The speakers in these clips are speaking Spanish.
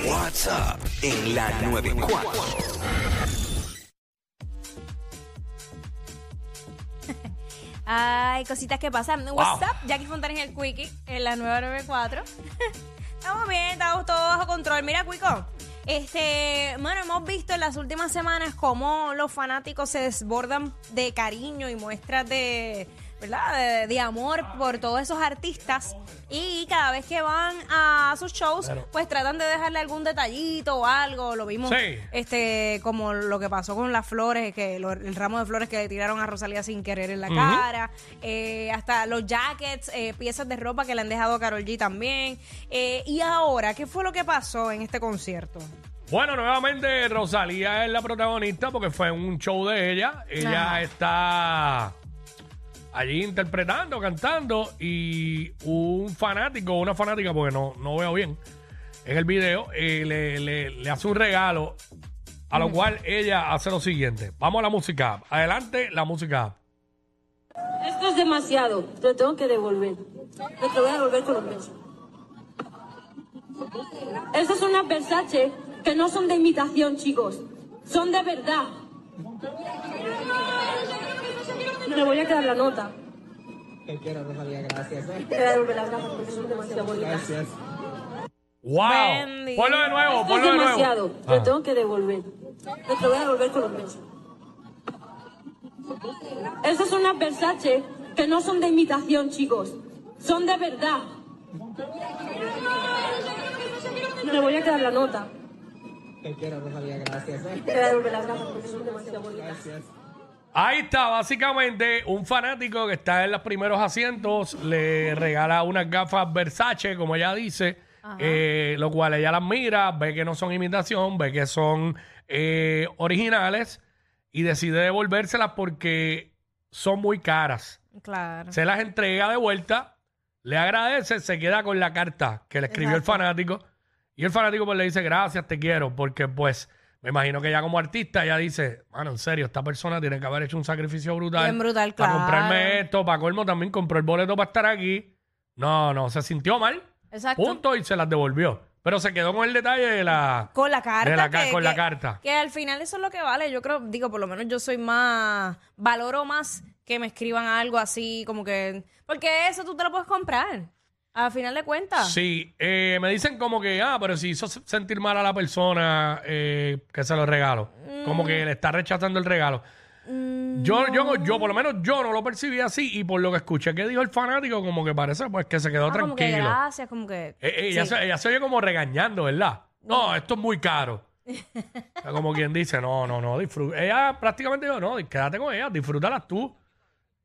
WhatsApp en la 94. Ay, cositas que pasan. WhatsApp, Jackie Fontana en el Quickie, en la 994. estamos bien, estamos todos bajo control. Mira, Cuico. Este, bueno, hemos visto en las últimas semanas cómo los fanáticos se desbordan de cariño y muestras de, ¿verdad? De, de amor por todos esos artistas. Y cada vez que van a sus shows, pues tratan de dejarle algún detallito o algo. Lo vimos Sí. este como lo que pasó con las flores que lo- el ramo de flores que le tiraron a Rosalía sin querer en la cara eh, hasta los jackets eh, piezas de ropa que le han dejado a Carol G también Eh, y ahora qué fue lo que pasó en este concierto Bueno, nuevamente Rosalía es la protagonista porque fue un show de ella. Ella Ajá. está allí interpretando, cantando y un fanático, una fanática, porque no, no veo bien en el video, eh, le, le- le hace un regalo, a lo cual ella hace lo siguiente. Vamos a la música. Adelante, la música. Esto es demasiado. Lo tengo que devolver. Lo te voy a devolver con los besos. Esas son las Versace que no son de imitación, chicos. Son de verdad. Le voy a quedar la nota. Te quiero, Rosalía, gracias. Te voy a devolver las gafas porque son demasiado bonitas. Gracias. ¡Wow! Bendito. Ponlo de nuevo, Esto es ponlo de demasiado. nuevo. Lo Ah. tengo que devolver. Lo te voy a devolver con los besos. Esas son las Versace que no son de imitación, chicos. Son de verdad. Le voy a quedar la nota. Te quiero, Rosalía, gracias. Te voy a devolver las gafas porque son demasiado bonitas. Gracias. Ahí está, básicamente, un fanático que está en los primeros asientos le regala unas gafas Versace, como ella dice, eh, lo cual ella las mira, ve que no son imitación, ve que son eh, originales y decide devolvérselas porque son muy caras. claro Se las entrega de vuelta, le agradece, se queda con la carta que le escribió Exacto. el fanático y el fanático pues le dice gracias, te quiero, porque pues me imagino que ya como artista ya dice, mano, en serio, esta persona tiene que haber hecho un sacrificio brutal, Bien brutal, para comprarme claro. esto, para colmo también compró el boleto para estar aquí. No, no, se sintió mal, exacto punto, y se las devolvió. Pero se quedó con el detalle de la... con la carta De la ca- que, con la que- carta. que al final eso es lo que vale yo creo digo por lo menos yo soy más valoro más que me escriban algo así como que porque eso tú te lo puedes comprar al final de cuentas Sí, eh, me dicen como que, ah, pero si hizo se- sentir mal a la persona eh, que se lo regalo. Como que le está rechazando el regalo. Mm. Yo, yo, yo, por lo menos yo no lo percibí así y por lo que escuché que dijo el fanático, como que parece pues que se quedó Ah, como que tranquilo. gracias como que Eh, eh, ella, sí. se, ella se oye como regañando, ¿verdad? No, esto es muy caro. O sea, como quien dice, no, no, no, disfruta. Ella prácticamente dijo, no, quédate con ella, disfrútalas tú.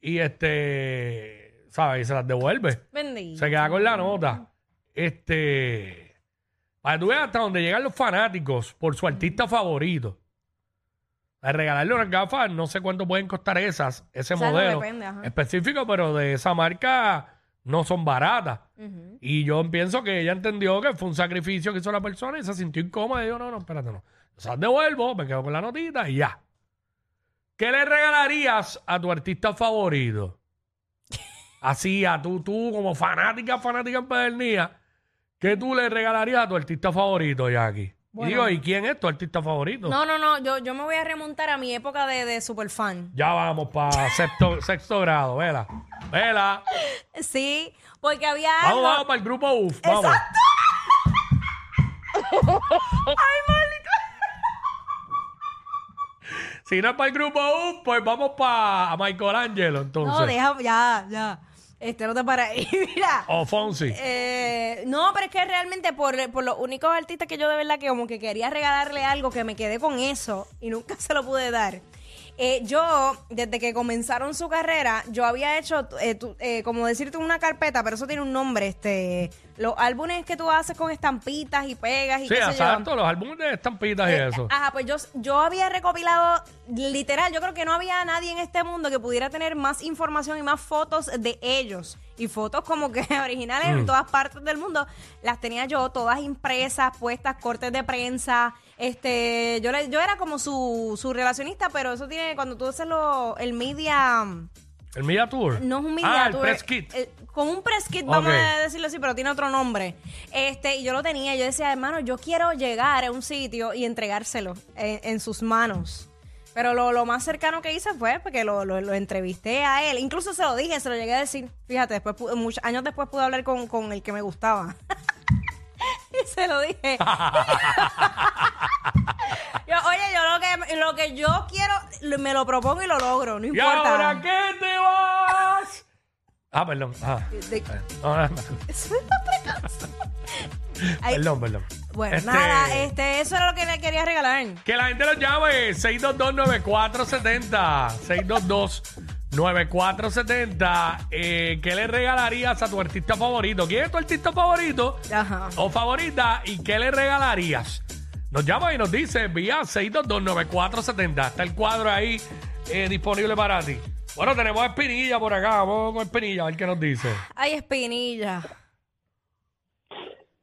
Y este, ¿sabes? Y se las devuelve. Bendito. Se queda con la nota. Este. Para que tú veas hasta donde llegan los fanáticos por su artista favorito. Para regalarle unas gafas, no sé cuánto pueden costar esas, ese Exacto, modelo depende, ajá. específico, pero de esa marca no son baratas. Ujú. Y yo pienso que ella entendió que fue un sacrificio que hizo la persona y se sintió incómoda y dijo, no, no, espérate, no. O sea, devuelvo, me quedo con la notita y ya. ¿Qué le regalarías a tu artista favorito? Así, a tú, tú, como fanática, fanática empedernida, ¿qué tú le regalarías a tu artista favorito, Jackie? Bueno. Y digo, ¿y quién es tu artista favorito? No, no, no. Yo, yo me voy a remontar a mi época de, de superfan. Ya vamos para sexto, sexto grado, vela. Vela. Sí, porque había Vamos, algo. vamos para el grupo UF. Vamos. Si no es para el grupo U, pues vamos para Michael Angelo, entonces. no, déjame, ya, ya. Este no te para ahí. Mira. O Fonsi. Eh, no, pero es que realmente por, por los únicos artistas que yo de verdad que como que quería regalarle algo que me quedé con eso y nunca se lo pude dar. Eh, yo, desde que comenzaron su carrera, yo había hecho, eh, tú- eh, como decirte, una carpeta, pero eso tiene un nombre, este, los álbumes que tú haces con estampitas y pegas y sí, qué sé yo. exacto, los álbumes de estampitas y Eh, eso. Ajá, pues yo, yo había recopilado, literal, yo creo que no había nadie en este mundo que pudiera tener más información y más fotos de ellos. Y fotos como que originales en todas partes del mundo. Las tenía yo todas impresas, puestas, cortes de prensa. Este, yo, le- yo era como su, su relacionista, pero eso tiene, cuando tú haces lo, el media... El Media Tour. No es un Ah, media el tour, Press Kit. eh, como un press kit, vamos Ok. a decirlo así, pero tiene otro nombre. Este, y yo lo tenía, yo decía, hermano, yo quiero llegar a un sitio y entregárselo en, en sus manos. Pero lo, lo más cercano que hice fue porque lo, lo- lo entrevisté a él. Incluso se lo dije, se lo llegué a decir. Fíjate, después pu- muchos años después pude hablar con, con el que me gustaba. y se lo dije. Yo, oye, yo lo que, lo que yo quiero, lo- me lo propongo y lo logro, no ¿Y importa. ahora qué te vas? Ah, perdón. Ah. De- No, no, no. Ay, Perdón, perdón. Bueno, Este, nada, este, eso era lo que le quería regalar. Que la gente nos llame 622-9470. 622-9470. Eh, ¿Qué le regalarías a tu artista favorito? ¿Quién es tu artista favorito? Ajá. o favorita y qué le regalarías. Nos llama y nos dice vía 6229470. Está el cuadro ahí eh, disponible para ti. Bueno, tenemos a Espinilla por acá. Vamos con Espinilla a ver qué nos dice. Ay, espinilla.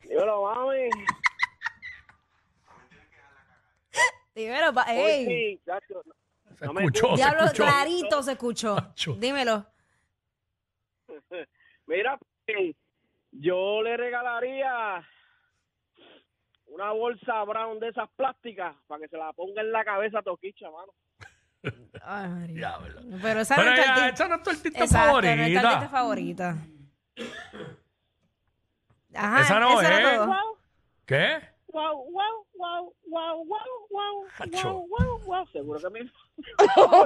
Dímelo, mami. Dímelo, pa- Uy, ey. sí, chacho. Se No me escuchó, Oh, se Diablo, escuchó. clarito se escuchó. Acho. Dímelo. Mira, papi, yo le regalaría una bolsa brown de esas plásticas para que se la ponga en la cabeza a Toquicha, mano. Ay, María. Diablo. Pero esa Pero no es tu ella, arti- esa no es tu artista Exacto, no es tu artista favorita. favorita. Ajá, Esa no eso era es. todo. ¿Qué? Wow, wow, wow, wow, wow, wow, Chacho. wow, wow, wow. Seguro que me... Yo no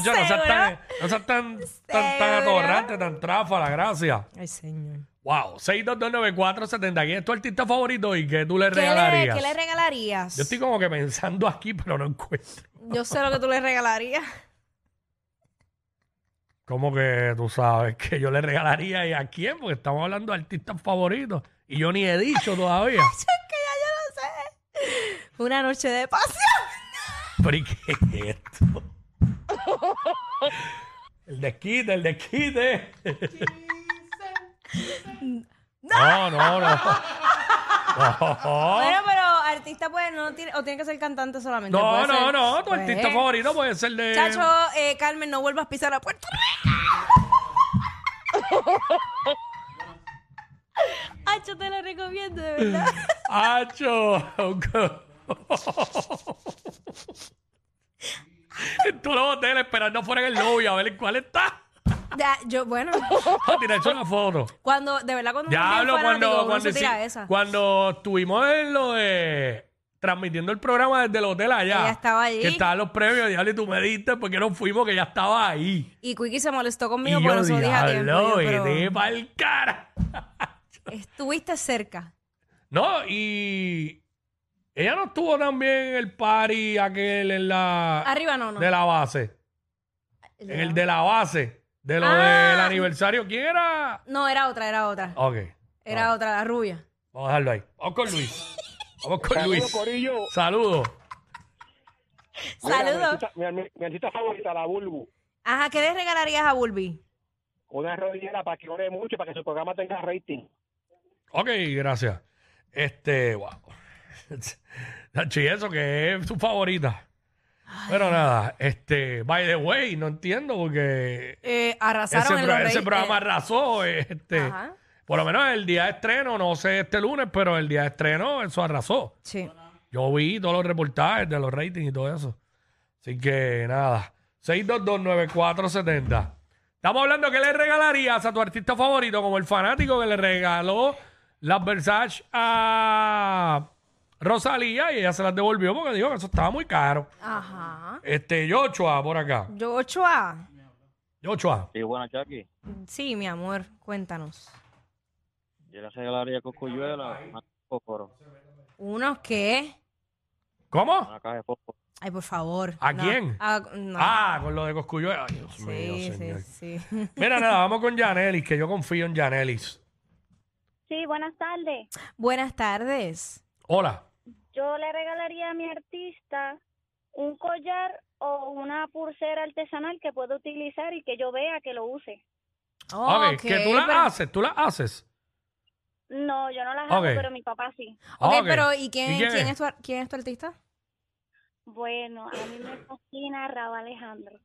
seas ¿Seguro? tan, no seas tan, tan, tan ¿Seguro? atorrante, tan tráfala, gracias. Ay, señor. Wow, 6229470. ¿Quién es tu artista favorito y qué tú le ¿Qué le, regalarías? qué le regalarías? Yo estoy como que pensando aquí, pero no encuentro. Yo sé lo que tú le regalarías. Como que tú sabes que yo le regalaría y a quién, porque estamos hablando de artistas favoritos y yo ni he dicho todavía. Es que ya yo lo sé. Una noche de pasión. Pero ¿y qué es esto? El desquite, el desquite. No, no, no. No, Bueno, pero artista pues no tiene, o tiene que ser cantante solamente. no, puede no, ser- no. Tu pues. artista favorito puede ser de. Chacho, eh, Carmen, no vuelvas a pisar a Puerto Rico. Ay, yo te lo recomiendo, de verdad. Acho. En todos los hoteles esperando fuera en el lobby a ver en cuál está. Ya, yo, bueno, Tira una foto. cuando, de verdad, cuando uno es Diablo, bien fanático, cuando, uno cuando, se tira hici- esa. cuando estuvimos en lo de transmitiendo el programa desde el hotel allá. Ella estaba allí. Que estaban los premios, diablo, y tú me diste porque no fuimos, que ya estaba ahí. Y Quickie se molestó conmigo y por yo, eso dije a tiempo. yo, diablo, pero vete pa'l cara. estuviste cerca. No, y ella no estuvo también en el party aquel en la... Arriba Ah, no, no. De la base. En el de la base. De lo Ah. del aniversario. ¿Quién era? No, era otra, era otra. Ok. oh. Era otra, la rubia. Vamos a dejarlo ahí. Vamos con Luis. Vamos con Saludos, Luis. Corillo. Saludos. Mira, mi Saludos. artista- Mi, mi- mi artista favorita, la Bulbu. Ajá, ¿qué le regalarías a Bulbi? Una rodillera para que ore mucho, para que su programa tenga rating. Ok, gracias. Este, wow. Nachi, eso que es tu favorita. Pero nada, este, by the way, no entiendo porque Eh, ese, arrasaron en pro- los ese reyes. programa Eh, arrasó. eh, Este, Ajá. por lo menos el día de estreno, no sé este lunes, pero el día de estreno eso arrasó. Sí. Yo vi todos los reportajes de los ratings y todo eso. Así que nada. 6229470. Estamos hablando que le regalarías a tu artista favorito, como el fanático que le regaló las Versace a Rosalía y ella se las devolvió porque dijo que eso estaba muy caro. Ah. Ajá. Este, Yochoa por acá. Yo, Ochoa. Yochoa. Sí, bueno, Chucky, Sí, mi amor, cuéntanos. yo le regalaría cocuyuela, una caja de fósforo, ¿Unos qué? ¿Cómo? una caja de fósforo. Ay, por favor. ¿A No. quién? A- no. Ah, con lo de Cosculluela. Ay, Dios sí, mío, señor. sí, sí. Mira, nada, vamos con Janelis, que yo confío en Janelis. Sí, buenas tardes. Buenas tardes. Hola. Yo le regalaría a mi artista un collar o una pulsera artesanal que pueda utilizar y que yo vea que lo use. Ok, que tú la pero- haces, tú la haces. No, yo no las hago, Ok. pero mi papá sí. Ok, Ah, ok. pero ¿y quién, ¿Y quién, quién es? es tu, ar- quién es tu artista? Bueno, a mí me fascina Raba Alejandro.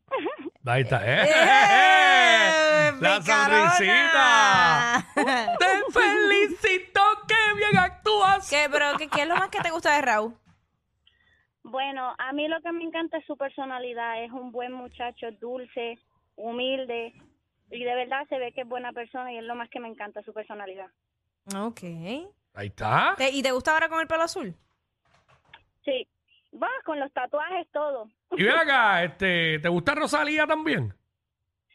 Ahí está. ¡Eh! ¡Eh, La picarona! sonrisita. Te felicito, qué bien actúas. ¿Qué, pero, qué, ¿Qué es lo más que te gusta de Raúl? Bueno, a mí lo que me encanta es su personalidad. Es un buen muchacho, dulce, humilde. Y de verdad se ve que es buena persona y es lo más que me encanta su personalidad. Ok. Ahí está. ¿Te- ¿Y te gusta ahora con el pelo azul? Sí. Va, con los tatuajes, todo. Y ven acá, este, ¿te gusta Rosalía también?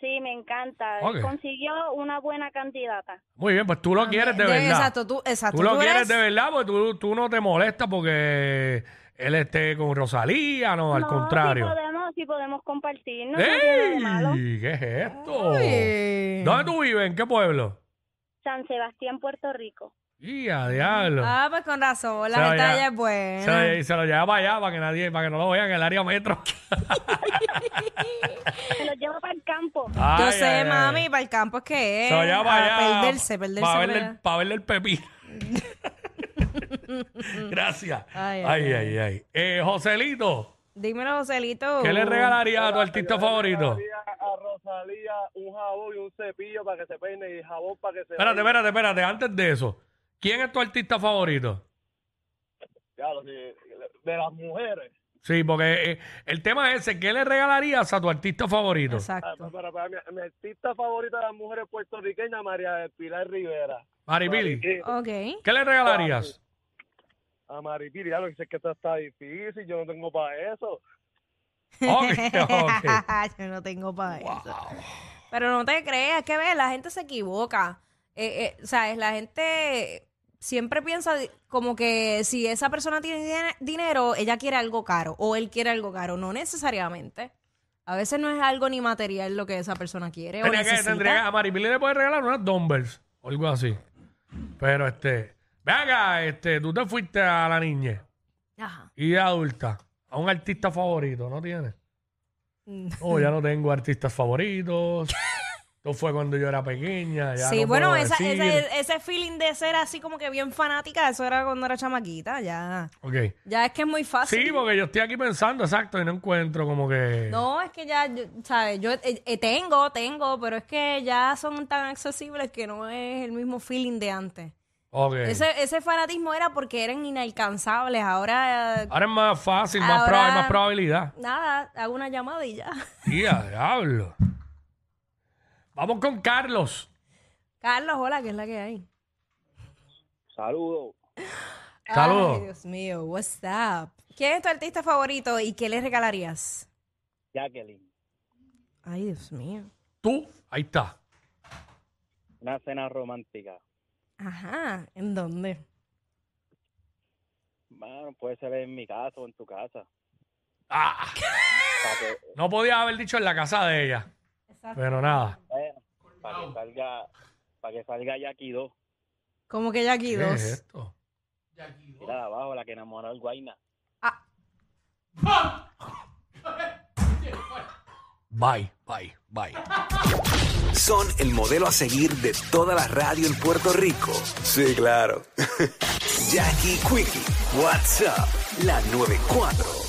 Sí, me encanta. Ok. Consiguió una buena candidata. Muy bien, pues tú lo quieres de, verdad. Ah, Exacto, tú, exacto. Tú lo eres- quieres de verdad porque tú, tú no te molestas porque él esté con Rosalía, no, al No, contrario. Si podemos, si podemos compartir, no, no tiene de malo. ¡Ey! ¿Qué es esto? Ay. ¿Dónde tú vives? ¿En qué pueblo? San Sebastián, Puerto Rico. ¡Y a diablo! Ah, pues con razón, Se la lo gente lleva- allá es Se lo, buena. lle- se lo lleva para allá para que nadie, para que no lo vean en el área metro. Se los llevo para el campo. Ay, Yo ay, sé, ay. mami, para el campo es que es. Se lo lleva para a allá. perderse, perderse. Para verle, el- ¿verdad? para verle el pepino. Gracias. Ay, Ay, ay, ay, ay. Eh, Joselito, Dímelo, Joselito. ¿qué le regalarías a tu artista favorito? A Rosalía un jabón y un cepillo para que se peine y jabón para que se Espérate, espérate, espérate. Antes de eso, ¿quién es tu artista favorito? de las mujeres. Sí, porque eh, el tema es ese, ¿qué le regalarías a tu artista favorito? Exacto. Para, para, mi, mi artista favorita de las mujeres puertorriqueñas, María del Pilar Rivera. Maripili, Maripili. Ok. ¿qué le regalarías? A Maripili, ya lo que sé que esto está difícil, yo no tengo para eso. Ok, ok. Yo no tengo para eso. Pero no te creas, que ves, la gente se equivoca. Eh, eh, ¿Sabes? La gente siempre piensa di- como que si esa persona tiene din- dinero, ella quiere algo caro o él quiere algo caro. No necesariamente. A veces no es algo ni material lo que esa persona quiere. O Tenía que, necesita. tendría que- a Maripili le puede regalar unas dumbbells o algo así. Pero este, venga, este, tú te fuiste a la niñez Ajá. y de adulta, a un artista favorito, ¿no tienes? Mm. No, ya no tengo artistas favoritos. Esto fue cuando yo era pequeña. ya Sí, no bueno, puedo esa- decir. ese, ese feeling de ser así como que bien fanática, eso era cuando era chamaquita, ya. Ok. Ya es que es muy fácil. Sí, porque yo estoy aquí pensando, exacto, y no encuentro como que... No, es que ya, yo- ¿sabes? Yo eh, eh, tengo, tengo, pero es que ya son tan accesibles que no es el mismo feeling de antes. Ok. Ese, ese fanatismo era porque eran inalcanzables. Ahora, eh, Ahora es más fácil, más Ahora- proba- hay más probabilidad. nada, hago una llamada y ya. Tía, diablo. Vamos con Carlos. Carlos, hola, que es la que hay. Saludos. Saludos. Ay, Dios mío, what's up? ¿Quién es tu artista favorito y qué le regalarías? Jacqueline, Ay, Dios mío. Tú, ahí está. una cena romántica. Ajá, ¿en dónde? Bueno, puede ser en mi casa o en tu casa. Ah, Para que, no podía haber dicho en la casa de ella. Pero nada. para eh, que salga, para que salga Jackie 2. Como que ya aquí ¿Qué es dos. esto? Mira de abajo, la que enamoró al Guayna. Bye, bye, bye. Son el modelo a seguir de toda la radio en Puerto Rico. Sí, claro. Jackie Quickie, WhatsApp, la 94.